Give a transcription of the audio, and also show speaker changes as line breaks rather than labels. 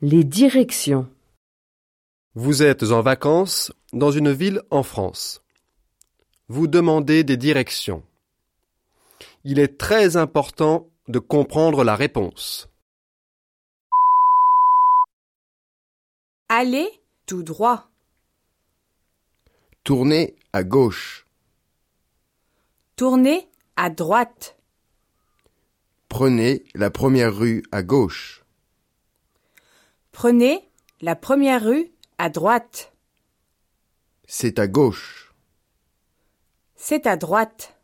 Les directions.
Vous êtes en vacances dans une ville en France. Vous demandez des directions. Il est très important de comprendre la réponse.
Allez tout droit.
Tournez à gauche.
Tournez à droite.
Prenez la première rue à gauche.
Prenez la première rue à droite.
C'est à gauche.
C'est à droite.